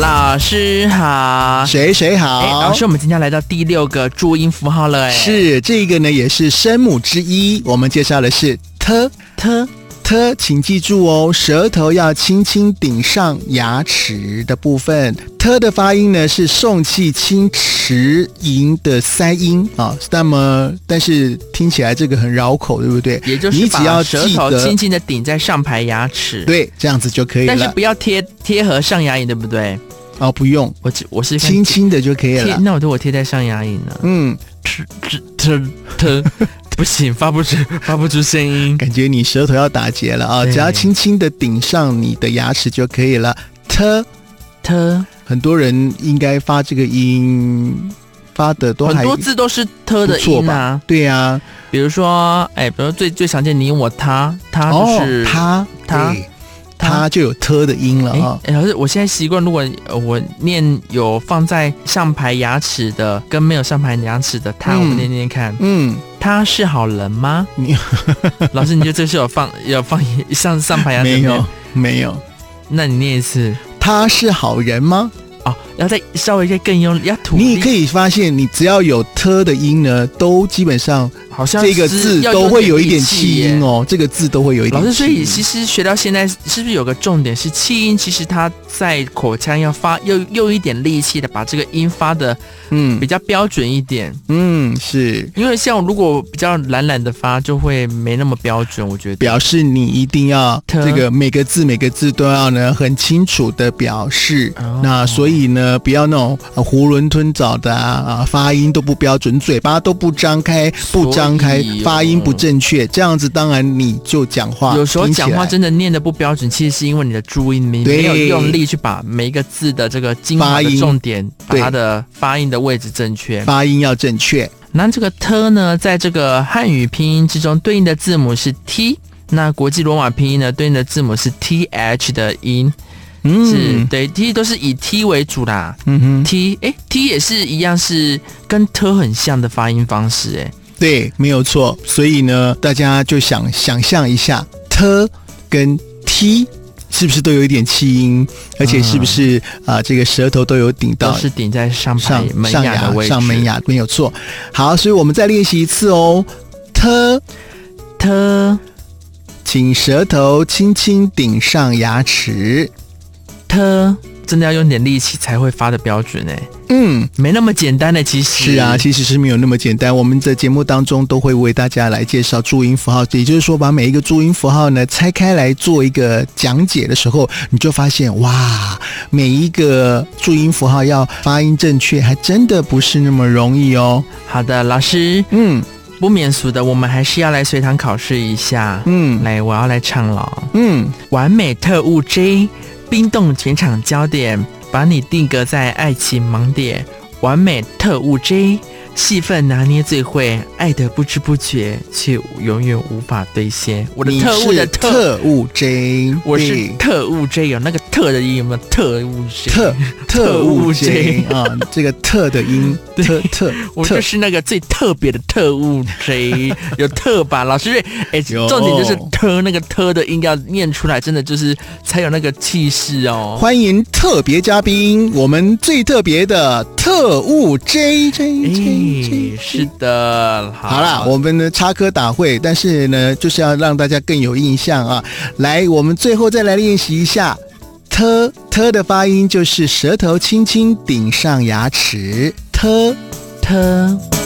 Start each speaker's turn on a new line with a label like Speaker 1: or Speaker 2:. Speaker 1: 老师好，
Speaker 2: 谁谁
Speaker 1: 哎，老
Speaker 2: 好？
Speaker 1: 师，我们今天来到第六个注音符号了，哎，
Speaker 2: 是这个呢，也是声母之一。我们介绍的是 t t t，请记住哦，舌头要轻轻顶上牙齿的部分。t 的发音呢是送气轻迟吟的塞音啊。那么，但是听起来这个很绕口，对不对？
Speaker 1: 也就是
Speaker 2: 你
Speaker 1: 把
Speaker 2: 只要
Speaker 1: 舌
Speaker 2: 记
Speaker 1: 头
Speaker 2: 得
Speaker 1: 轻轻的顶在上排牙齿，，
Speaker 2: 对，这样子就可以
Speaker 1: 但是
Speaker 2: 了。
Speaker 1: 不要贴贴合上牙龈，对不对？
Speaker 2: 哦，不用，
Speaker 1: 我只我是看
Speaker 2: 轻轻的就可以
Speaker 1: 贴，
Speaker 2: 了。
Speaker 1: 那我如果贴在上牙龈呢？
Speaker 2: 嗯，
Speaker 1: 吃吃吃吃， 不行，发不出发不出声 音。
Speaker 2: 感觉你舌头要打结了啊！
Speaker 1: 对
Speaker 2: 只要轻轻的顶上你的牙齿就可以了。t，
Speaker 1: 特
Speaker 2: 很多人应该发这个音，发的 都
Speaker 1: 很
Speaker 2: 还
Speaker 1: 多字都是特
Speaker 2: 不
Speaker 1: 的
Speaker 2: 错
Speaker 1: 音
Speaker 2: 吧
Speaker 1: 啊？，
Speaker 2: 对呀、
Speaker 1: 比如说，哎，比如最最常见你我他，他
Speaker 2: 哦
Speaker 1: 就是，
Speaker 2: 它
Speaker 1: 它
Speaker 2: 对它就有 t 的音了
Speaker 1: 哎、
Speaker 2: 啊、
Speaker 1: 哎老师，我现在习惯，如果呃我念有放在上排牙齿的，跟没有上排牙齿的，他，
Speaker 2: 嗯
Speaker 1: 我们念念看，
Speaker 2: 嗯，
Speaker 1: 他是好人 吗？
Speaker 2: 你
Speaker 1: 老师，你觉得这是有放有放上上排牙齿的
Speaker 2: 没有？没有，
Speaker 1: 那你念一次
Speaker 2: 他是好人吗？
Speaker 1: 哦，要再稍微再更用力，要吐力，
Speaker 2: 你可以发现，你只要有 t 的音呢，都基本上
Speaker 1: 好像
Speaker 2: 这个
Speaker 1: 是
Speaker 2: 字
Speaker 1: 要
Speaker 2: 都会有一点
Speaker 1: 力
Speaker 2: 气
Speaker 1: 耶
Speaker 2: 音哦，这个字都会有一点
Speaker 1: 老
Speaker 2: 气音。
Speaker 1: 师，所以其实学到现在，是不是有个重点是气音？其实它在口腔要发，又又一点力气的把这个音发的
Speaker 2: 嗯
Speaker 1: 比较标准一点。
Speaker 2: 嗯是。
Speaker 1: 因为像如果比较懒懒的发，就会没那么标准。我觉得
Speaker 2: 表示你一定要
Speaker 1: 特
Speaker 2: 这个每个字每个字都要呢很清楚的表示。
Speaker 1: 哦
Speaker 2: 那所以呢，不要那种呃囫囵吞枣的啊啊，发音都不标准，嘴巴都不张开，
Speaker 1: 所以
Speaker 2: 不张开
Speaker 1: 哦，
Speaker 2: 发音不正确，这样子当然你就讲话
Speaker 1: 有时候
Speaker 2: 听起
Speaker 1: 讲
Speaker 2: 来
Speaker 1: 话真的念的不标准，其实是因为你的注音没没
Speaker 2: 对
Speaker 1: 有用力去把每一个字的这个精华
Speaker 2: 发
Speaker 1: 的
Speaker 2: 音
Speaker 1: 重点，把
Speaker 2: 对
Speaker 1: 它的发音的位置正确。
Speaker 2: 发音要正确。
Speaker 1: 那这个 t 呢，在这个汉语拼音之中对应的字母是 t，那国际罗马拼音呢对应的字母是 th 的音，是
Speaker 2: 嗯，
Speaker 1: 对 t 都是以 t 为主啦。
Speaker 2: 嗯哼，
Speaker 1: t 哎 t 也是一样是跟 t 很像的发音方式哎，
Speaker 2: 对，没有错。所以呢，大家就想想象一下，t 跟 t。是不是都有一点气音？而且是不是啊、这个舌头都有顶
Speaker 1: 嗯都
Speaker 2: 到
Speaker 1: 是顶在上排
Speaker 2: 上
Speaker 1: 门
Speaker 2: 上
Speaker 1: 牙的位置。
Speaker 2: 上门牙没有错。好，所以我们再练习一次哦。t，
Speaker 1: t
Speaker 2: 请舌头轻轻顶上牙齿。
Speaker 1: t 真的要用点力气才会发的标准哎，
Speaker 2: 嗯，
Speaker 1: 没那么简单的欸其实。
Speaker 2: 是啊，其实是没有那么简单。我们在节目当中都会为大家来介绍注音符号，也就是说，把每一个注音符号呢拆开来做一个讲解的时候，你就发现哇，每一个注音符号要发音正确，还真的不是那么容易哦。
Speaker 1: 好的，老师
Speaker 2: 嗯
Speaker 1: 不免俗的，我们还是要来随堂考试一下。
Speaker 2: 嗯
Speaker 1: 来，我要来唱了哦。
Speaker 2: 嗯，
Speaker 1: 完美特务 J，冰冻全场焦点，把你定格在爱情盲点。完美特务 J，戏份拿捏最会，爱的不知不觉，却永远无法兑现。我的
Speaker 2: 你
Speaker 1: 特务
Speaker 2: 是
Speaker 1: 的特，
Speaker 2: 特务 J，
Speaker 1: 我是
Speaker 2: 对
Speaker 1: 特务 J，有那个特的音有没有？特务 J，
Speaker 2: 特特务
Speaker 1: 特务 J
Speaker 2: J 啊，这个特 的音，特特
Speaker 1: 我就
Speaker 2: 特，
Speaker 1: 是那个最特别的特务 J，有特吧？老师，哎、
Speaker 2: 有
Speaker 1: 重点就是特那个特的音要念出来，真的就是才有那个气势哦。
Speaker 2: 欢迎特别嘉宾，我们最特别的特务 J J J
Speaker 1: 哎
Speaker 2: J，，
Speaker 1: 是。啊的，
Speaker 2: 好啦，我们的插科打诨，但是呢，就是要让大家更有印象啊。来，我们最后再来练习一下，t t 的发音就是舌头轻轻顶上牙齿，t
Speaker 1: t